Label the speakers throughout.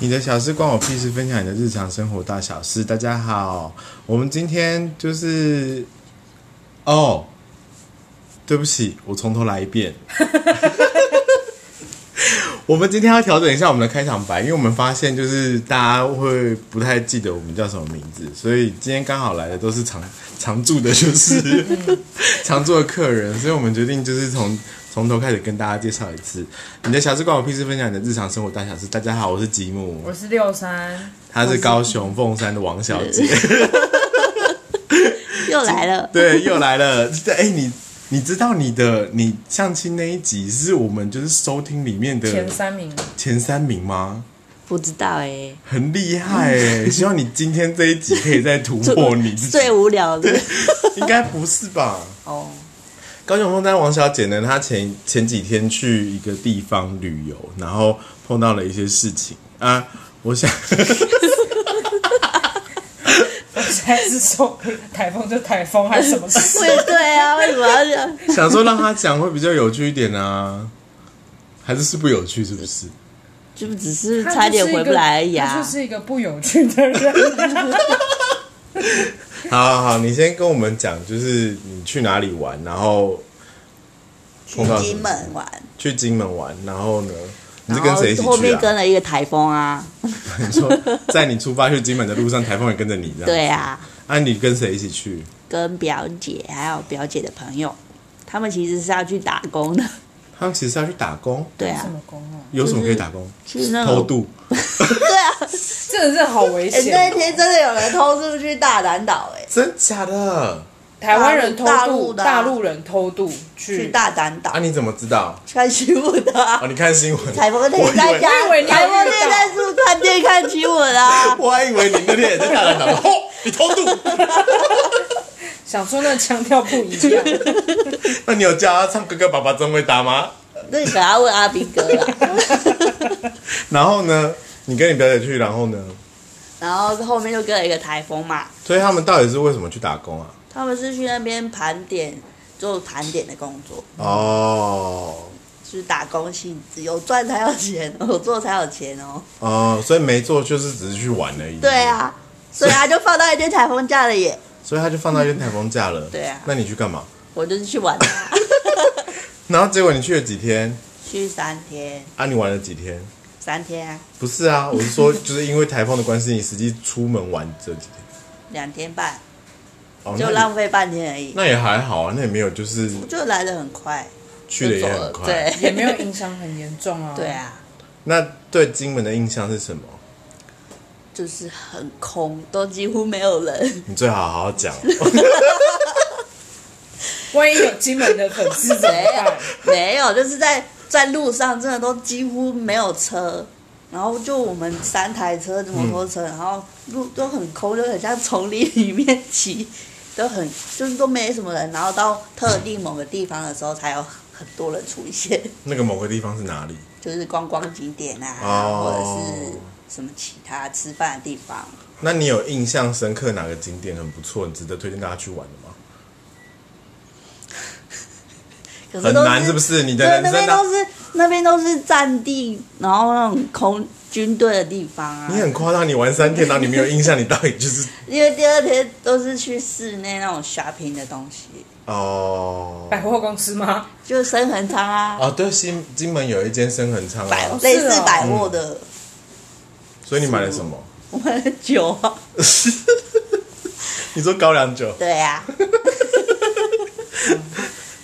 Speaker 1: 你的小事关我屁事，分享你的日常生活大小事。大家好，我们今天就是，哦，对不起，我从头来一遍。 我们今天要调整一下我们的开场白，因为我们发现就是大家会不太记得我们叫什么名字，所以今天刚好来的都是常常住的，就是 常住的客人，所以我们决定就是从从头开始跟大家介绍一次。你的小事关我屁事，分享你的日常生活大小事。大家好，我是吉姆，
Speaker 2: 我是六三，
Speaker 1: 她是高雄凤山的王小姐，
Speaker 3: 又来了，
Speaker 1: 对，又来了。哎、你你知道你的你相亲那一集是我们就是收听里面的
Speaker 2: 前三名，
Speaker 1: 前三名吗？
Speaker 3: 不知道哎、
Speaker 1: 很厉害 哎、希望你今天这一集可以再突破哦你自己。
Speaker 3: 最无聊的
Speaker 1: 应该不是吧？
Speaker 3: 哦，
Speaker 1: 高雄凤山王小姐呢，她前前几天去一个地方旅游，然后碰到了一些事情啊。我想，
Speaker 2: 现在是说台风就台风还是什么 事？
Speaker 3: 对对啊，为什么要这样？
Speaker 1: 想说让她讲会比较有趣一点啊，还是是不有趣？是不是？
Speaker 3: 就只是差点回不来而已
Speaker 2: 他
Speaker 3: 啊
Speaker 2: 就。是一个不有趣的人。
Speaker 1: 好好好，你先跟我们讲，就是你去哪里玩，然后
Speaker 3: 去金门玩，
Speaker 1: 去金门玩，然后呢，你是
Speaker 3: 然
Speaker 1: 跟
Speaker 3: 后
Speaker 1: 谁一起
Speaker 3: 后
Speaker 1: 去
Speaker 3: 面跟
Speaker 1: 啊？
Speaker 3: 了一个台风啊，
Speaker 1: 你说 在你出发去金门的路上，台风也跟着你这样。
Speaker 3: 对。啊，
Speaker 1: 啊，你跟谁一起去？
Speaker 3: 跟表姐还有表姐的朋友，他们其实是要去打工的，
Speaker 1: 他们其实要去打工，
Speaker 3: 对啊
Speaker 2: 什，么工啊？
Speaker 1: 有什么可以打工？
Speaker 3: 就是那
Speaker 1: 偷
Speaker 3: 种
Speaker 1: 渡。
Speaker 3: 对啊，
Speaker 2: 真的是好危
Speaker 3: 哎、
Speaker 2: 险
Speaker 3: 那
Speaker 2: 哦！
Speaker 3: 天真的有人偷渡去大胆岛哎、
Speaker 1: 真假的？
Speaker 2: 台湾人偷
Speaker 3: 大
Speaker 2: 渡，
Speaker 3: 陆的啊
Speaker 2: 大陆人偷渡
Speaker 3: 去
Speaker 2: 去，
Speaker 3: 大胆岛
Speaker 1: 啊，你怎么知道？
Speaker 3: 看新闻的、啊
Speaker 1: 哦，。你看新闻。
Speaker 3: 台风那
Speaker 1: 我
Speaker 3: 天
Speaker 1: 以为，
Speaker 3: 在家
Speaker 2: 我以为你，有
Speaker 3: 台风那
Speaker 2: 遇到
Speaker 3: 天在住饭店看新闻啊
Speaker 1: 我还以为你那天也在大胆岛。哦，你偷渡？
Speaker 2: 想说那腔调不一 样，
Speaker 1: 那你有教他唱《哥哥爸爸真会打》吗？
Speaker 3: 那你可能要问阿斌哥啦。
Speaker 1: 然后呢？你跟你表姐去，然后呢？
Speaker 3: 然后后面就跟了一个台风嘛，
Speaker 1: 所以他们到底是为什么去打工啊？
Speaker 3: 他们是去那边盘点做盘点的工作，
Speaker 1: 哦
Speaker 3: 就是打工性质，有赚才有钱，有做才有钱哦。
Speaker 1: 哦，所以没做就是只是去玩而已。
Speaker 3: 对，啊，所以他就放到一天台风假了耶。
Speaker 1: 所以他就放到一天台风假了。
Speaker 3: 对啊
Speaker 1: 那你去干嘛？
Speaker 3: 我就是去 玩它，
Speaker 1: 然后结果你去了几天？
Speaker 3: 去三天，
Speaker 1: 啊，你玩了几天？
Speaker 3: 三天啊，
Speaker 1: 不是啊，我是 说，就是因为台风的关系，你实际出门玩这几天。
Speaker 3: 两天半，
Speaker 1: 哦，
Speaker 3: 就
Speaker 1: 那也
Speaker 3: 浪费半天而已，
Speaker 1: 那也还好啊，那也没有就是
Speaker 3: 就来的很快，
Speaker 1: 去的
Speaker 3: 就走
Speaker 1: 也
Speaker 3: 了
Speaker 1: 很，快。，
Speaker 3: 对，
Speaker 2: 也没有影响很严重啊。
Speaker 3: 对，啊，
Speaker 1: 那对金门的印象是什么？
Speaker 3: 就是很空，都几乎没有人，
Speaker 1: 你最好好好讲哦。
Speaker 2: 万一有金门的粉丝怎么
Speaker 3: 没有
Speaker 2: 办？
Speaker 3: 没有，就是在在路上真的都几乎没有车。然后就我们三台车、摩托车，然后路都很空，就很像丛林里面骑，都很就是都没什么人。然后到特定某个地方的时候，才有很多人出现，
Speaker 1: 那个某个地方是哪里？
Speaker 3: 就是观光景点啊，
Speaker 1: 哦
Speaker 3: 或者是什么其他吃饭的地方。
Speaker 1: 那你有印象深刻哪个景点很不错，值得推荐大家去玩的吗？
Speaker 3: 可是
Speaker 1: 很
Speaker 3: 都
Speaker 1: 难是不是？你的
Speaker 3: 对，那
Speaker 1: 人
Speaker 3: 边
Speaker 1: 生啊
Speaker 3: 都，是那边都是战地，然后那种空军队的地方啊。
Speaker 1: 你很夸张，你玩三天，然后你没有印象，你到底就是
Speaker 3: 因为第二天都是去室内那种 shopping 的东西，
Speaker 1: 哦
Speaker 2: 百货公司吗？
Speaker 3: 就深恒昌啊，
Speaker 1: 哦，对，新金门有一间深恒昌
Speaker 3: 百
Speaker 1: 啊，
Speaker 3: 类似百货的，
Speaker 1: 嗯所以你买了什么？
Speaker 3: 我们的酒啊，
Speaker 1: 你说高粱酒，
Speaker 3: 对啊，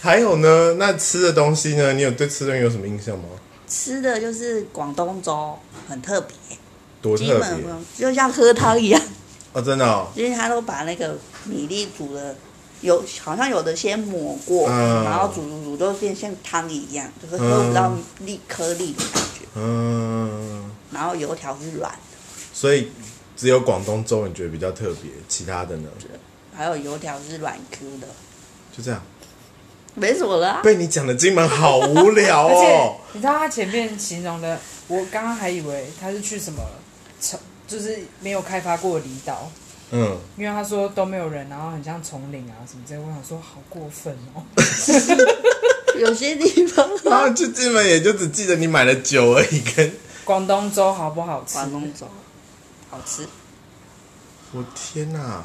Speaker 1: 还有呢？那吃的东西呢？你有对吃的有什么印象吗？
Speaker 3: 吃的就是广东粥，很特别，
Speaker 1: 多
Speaker 3: 基
Speaker 1: 特
Speaker 3: 本
Speaker 1: 别
Speaker 3: 就像喝汤一样，
Speaker 1: 哦，真的哦，
Speaker 3: 因为他都把那个米粒煮的。有好像有的先抹过，
Speaker 1: 嗯
Speaker 3: 然后煮煮煮就变像汤一样，就是喝不到粒颗粒的感觉。
Speaker 1: 嗯，
Speaker 3: 然后油条是软的，
Speaker 1: 所以只有广东粥你觉得比较特别，其他的呢？
Speaker 3: 还有油条是软 Q 的，
Speaker 1: 就这样。
Speaker 3: 没什么啦、
Speaker 1: 被你讲的金门好无聊
Speaker 2: 而且
Speaker 1: 哦。
Speaker 2: 你知道他前面形容的，我刚刚还以为他是去什么，城，就是没有开发过的离岛，
Speaker 1: 嗯，
Speaker 2: 因为他说都没有人，然后很像丛林啊什么之类。我想说好过分哦，
Speaker 3: 有些地方啊
Speaker 1: 啊然后去金门也就只记得你买了酒而已，跟
Speaker 2: 广东粥好不好吃？
Speaker 3: 广东粥好吃。
Speaker 1: 我天哪、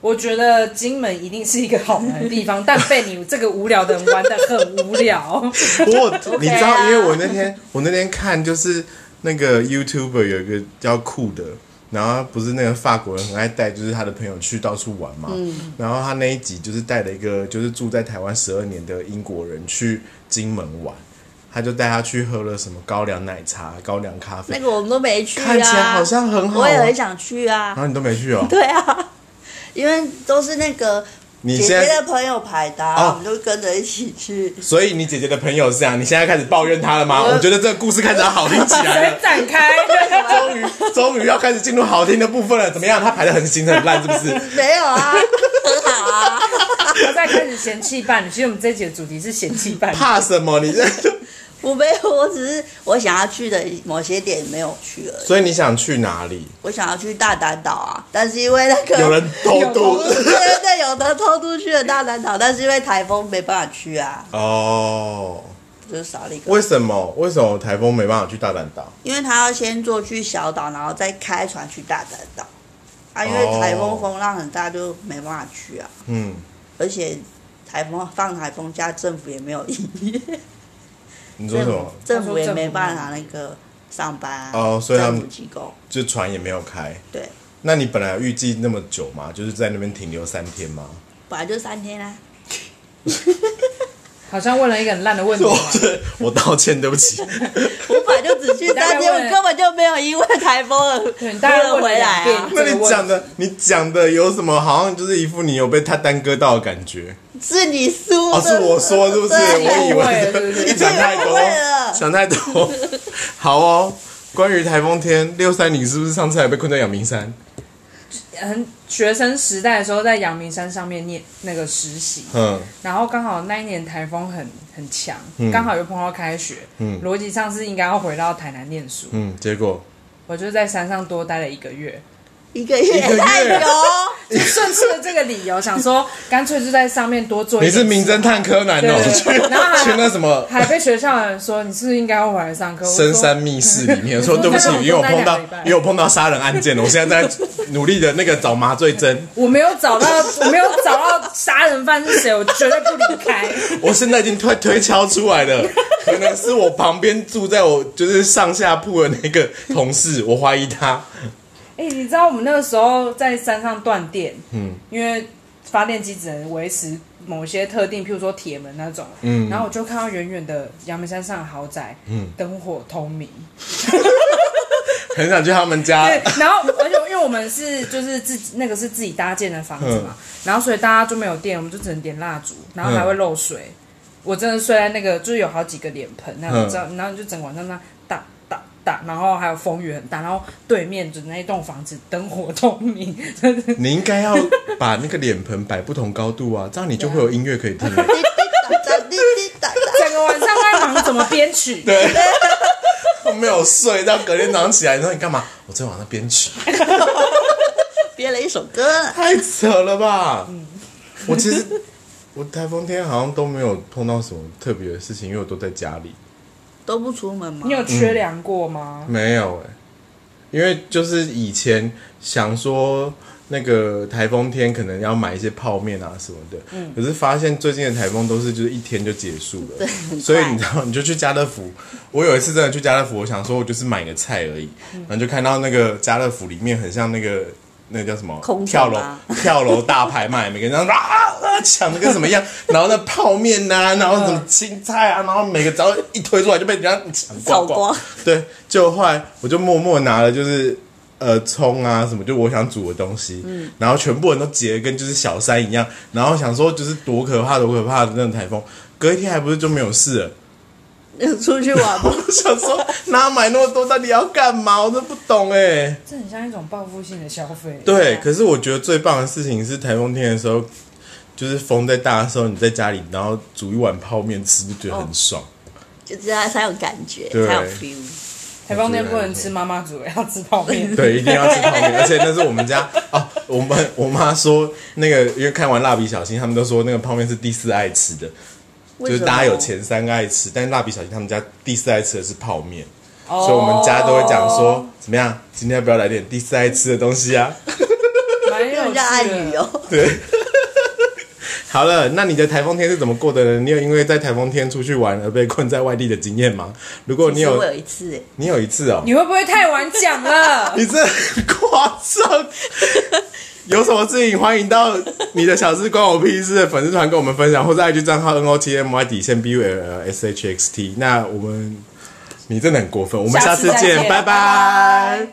Speaker 2: 我觉得金门一定是一个好玩的地方，但被你这个无聊的人玩的很无 聊。
Speaker 1: 我你知道，
Speaker 3: 啊
Speaker 1: 因为我那天我那天看就是那个 YouTuber 有一个叫酷的，然后不是那个法国人很爱带，就是他的朋友去到处玩嘛。
Speaker 3: 嗯
Speaker 1: 然后他那一集就是带了一个就是住在台湾十二年的英国人去金门玩，他就带他去喝了什么高粱奶茶、高粱咖啡，
Speaker 3: 那个我们都没去啊，
Speaker 1: 看起来好像很好玩
Speaker 3: 我也很想去啊
Speaker 1: 然。后你都没去哦。
Speaker 3: 对啊，因为都是那个
Speaker 1: 你
Speaker 3: 姐
Speaker 1: 现
Speaker 3: 姐
Speaker 1: 在
Speaker 3: 的，朋友排的啊、
Speaker 1: 哦
Speaker 3: 我们就跟着一起去。
Speaker 1: 所以你姐姐的朋友是这样，你现在开始抱怨他了吗？
Speaker 3: 我
Speaker 1: 我觉得这个故事开始要好听起来
Speaker 2: 人
Speaker 1: 了。
Speaker 2: 哎展开，
Speaker 1: 终于，终于要开始进入好听的部分了。怎么样？他排的很行程很烂，是不是？
Speaker 3: 没有啊，很好啊。
Speaker 2: 他在开始嫌弃伴侣。其实我们这一集的主题是嫌弃 伴侣。
Speaker 1: 怕什么？你这，
Speaker 3: 我没有，我只是我想要去的某些点没有去而 已。
Speaker 1: 所以你想去哪 里？
Speaker 3: 我想要去大胆岛啊，但是因为那个
Speaker 1: 有人偷渡
Speaker 3: 对对对，有的偷渡去了大胆岛，但是因为台风没办法去啊，
Speaker 1: 哦？
Speaker 3: 就是少了一个。
Speaker 1: 为什么？为什么台风没办法去大胆岛？
Speaker 3: 因为他要先坐去小岛，然后再开船去大胆岛啊，因为台
Speaker 1: 哦
Speaker 3: 风风浪很大，就没办法去啊。
Speaker 1: 嗯，
Speaker 3: 而且台风放台风假，政府也没有营业，
Speaker 1: 你说
Speaker 3: 政
Speaker 1: 什
Speaker 3: 府
Speaker 1: 么？
Speaker 3: 政府也没办法那个上班啊，
Speaker 1: 哦所以他们
Speaker 3: 政府机构
Speaker 1: 就船也没有开。
Speaker 3: 对，
Speaker 1: 那你本来有预计那么久吗？就是在那边停留三天吗？
Speaker 3: 本来就三天啦、啊。
Speaker 2: 好像问了一个很烂的问题嘛
Speaker 1: 我。 对啊 我道歉，对不起。
Speaker 3: 我本来就只去三 天，我根本就没有因为台风而
Speaker 2: 对大家问了
Speaker 3: 回
Speaker 2: 两
Speaker 3: 来
Speaker 2: 遍
Speaker 3: 啊。
Speaker 1: 那你讲的，你讲的有什么？好像就是一副你有被他耽搁到的感觉。
Speaker 3: 是你输的、
Speaker 1: 哦，是我说是不是？
Speaker 3: 对
Speaker 1: 我以
Speaker 2: 对对
Speaker 1: 为
Speaker 2: 对对
Speaker 1: 想太
Speaker 3: 你误会了
Speaker 1: 多，想太多。 好哦，关于台风天六三零是不是上次还被困在阳明山？
Speaker 2: 很学生时代的时候，在阳明山上面念那个实 习，
Speaker 1: 嗯，
Speaker 2: 然后刚好那一年台风很很强，
Speaker 3: 嗯
Speaker 2: 刚好又碰到开学，逻辑上是应该要回到台南念书。
Speaker 1: 嗯，结果
Speaker 2: 我就在山上多待了一个月，
Speaker 3: 一个月
Speaker 1: 一个月
Speaker 3: 太久，
Speaker 2: 就顺势的这个理由，想说干脆就在上面多做一
Speaker 1: 你
Speaker 2: 点事。
Speaker 1: 是名侦探柯南哦，
Speaker 2: 对
Speaker 1: 去
Speaker 2: 对对然后还
Speaker 1: 去那什么
Speaker 2: 还被学校的人说你是不是应该要回来上课？我
Speaker 1: 深
Speaker 2: 说
Speaker 1: 山密室里面，说
Speaker 2: 我
Speaker 1: 对不起
Speaker 2: 我，
Speaker 1: 因为我碰
Speaker 2: 我待两
Speaker 1: 到
Speaker 2: 个礼拜
Speaker 1: 因为我碰到杀人案件了，我现在在努力的那个找麻醉 针，
Speaker 2: 我没有找到，我没有找到杀人犯是谁，我绝对不离开。
Speaker 1: 我现在已经推推敲出来了。可能是我旁边住在我就是上下铺的那个同事，我怀疑他。
Speaker 2: 哎、你知道我们那个时候在山上断电，嗯，因为发电机只能维持某些特定，譬如说铁门那种，嗯，然后我就看到远远的阳明山上的豪宅，嗯，灯火通明，
Speaker 1: 很想去他们家。
Speaker 2: 对，然后而且因为我们是就是自己那个是自己搭建的房子嘛，
Speaker 1: 嗯
Speaker 2: 然后所以大家就没有电，我们就只能点蜡烛，然后还会漏水。我真的睡在那个就是有好几个脸盆，那
Speaker 1: 嗯
Speaker 2: 种，知道，然后就整晚上那打打打，然后还有风雨很大，然后对面就那一栋房子灯火通明， 真的
Speaker 1: 你应该要把那个脸盆摆不同高度啊，这样你就会有音乐可以听了。
Speaker 3: 滴滴答答，滴滴答答。
Speaker 2: 整个晚上都在忙怎么编 曲。
Speaker 1: 对，我没有睡，到隔天早上起来，你说你干嘛？我在晚上编曲，
Speaker 3: 编了一首歌，
Speaker 1: 太扯了吧！我其实我台风天好像都没有碰到什么特别的事情，因为我都在家里，
Speaker 3: 都不出门吗
Speaker 2: 你？有
Speaker 1: 嗯
Speaker 2: 缺粮过吗？
Speaker 1: 没有哎、因为就是以前想说。那个台风天可能要买一些泡面啊什么的，
Speaker 3: 嗯
Speaker 1: 可是发现最近的台风都是就是一天就结束了，
Speaker 3: 对，很快
Speaker 1: 所以你知道，你就去家乐福。我有一次真的去家乐福，我想说我就是买个菜而已，
Speaker 3: 嗯
Speaker 1: 然后就看到那个家乐福里面很像那个那个叫什么
Speaker 3: 空手
Speaker 1: 跳楼
Speaker 3: 吧
Speaker 1: 跳楼大拍卖，每个人这样啊啊抢的跟什么一样，然后那泡面呐、然后什么青菜啊，然后每个只要一推出来就被人家抢光
Speaker 3: 扫
Speaker 1: 光
Speaker 3: 光。
Speaker 1: 对，就后来我就默默拿了就是呃葱啊什么，就我想煮的东西，然后全部人都结得跟就是小山一样，然后想说就是多可怕多可怕的那种台风，隔一天还不是就没有事了。
Speaker 3: 有出去玩吗？
Speaker 1: 我想说，哪买那么多，到底要干嘛？我都不懂哎、
Speaker 2: 这很像一种报复性的消费。
Speaker 1: 对，
Speaker 3: 啊
Speaker 1: 可是我觉得最棒的事情是台风天的时候，就是风在大的时候，你在家里，然后煮一碗泡面吃，就觉得很 爽。
Speaker 3: 就这样才有感觉，
Speaker 1: 对
Speaker 3: 才有 feel。
Speaker 2: 台风天不能吃妈妈煮的，要吃泡面。
Speaker 1: 对，一定要吃泡面，而且那是我们家哦，我们我妈说那个，因为看完蜡笔小新，他们都说那个泡面是第四爱吃的，就
Speaker 3: 为
Speaker 1: 是
Speaker 3: 什么
Speaker 1: 大家有前三个爱吃，但是蜡笔小新他们家第四爱吃的是泡面。
Speaker 2: 哦
Speaker 1: 所以我们家都会讲说怎么样，今天要不要来点第四爱吃的东西啊？
Speaker 2: 蛮
Speaker 3: 因为
Speaker 2: 有
Speaker 3: 我叫爱
Speaker 2: 趣
Speaker 3: 鱼
Speaker 2: 的。
Speaker 3: 哦，
Speaker 1: 好了，那你的台风天是怎么过的呢？你有因为在台风天出去玩而被困在外地的经验吗？如果你
Speaker 3: 其实
Speaker 1: 有
Speaker 3: 我，有一次哎，
Speaker 1: 你有一次哦，
Speaker 2: 你会不会太晚讲了？
Speaker 1: 你这很夸张。有什么事情欢迎到你的小事关我屁事的粉丝团跟我们分享，或者 IG 账号 N O T M Y 底线 B U L S H X T。那我们，你真的很过分，我们下次
Speaker 2: 下次再
Speaker 1: 见，
Speaker 2: 见
Speaker 1: 拜拜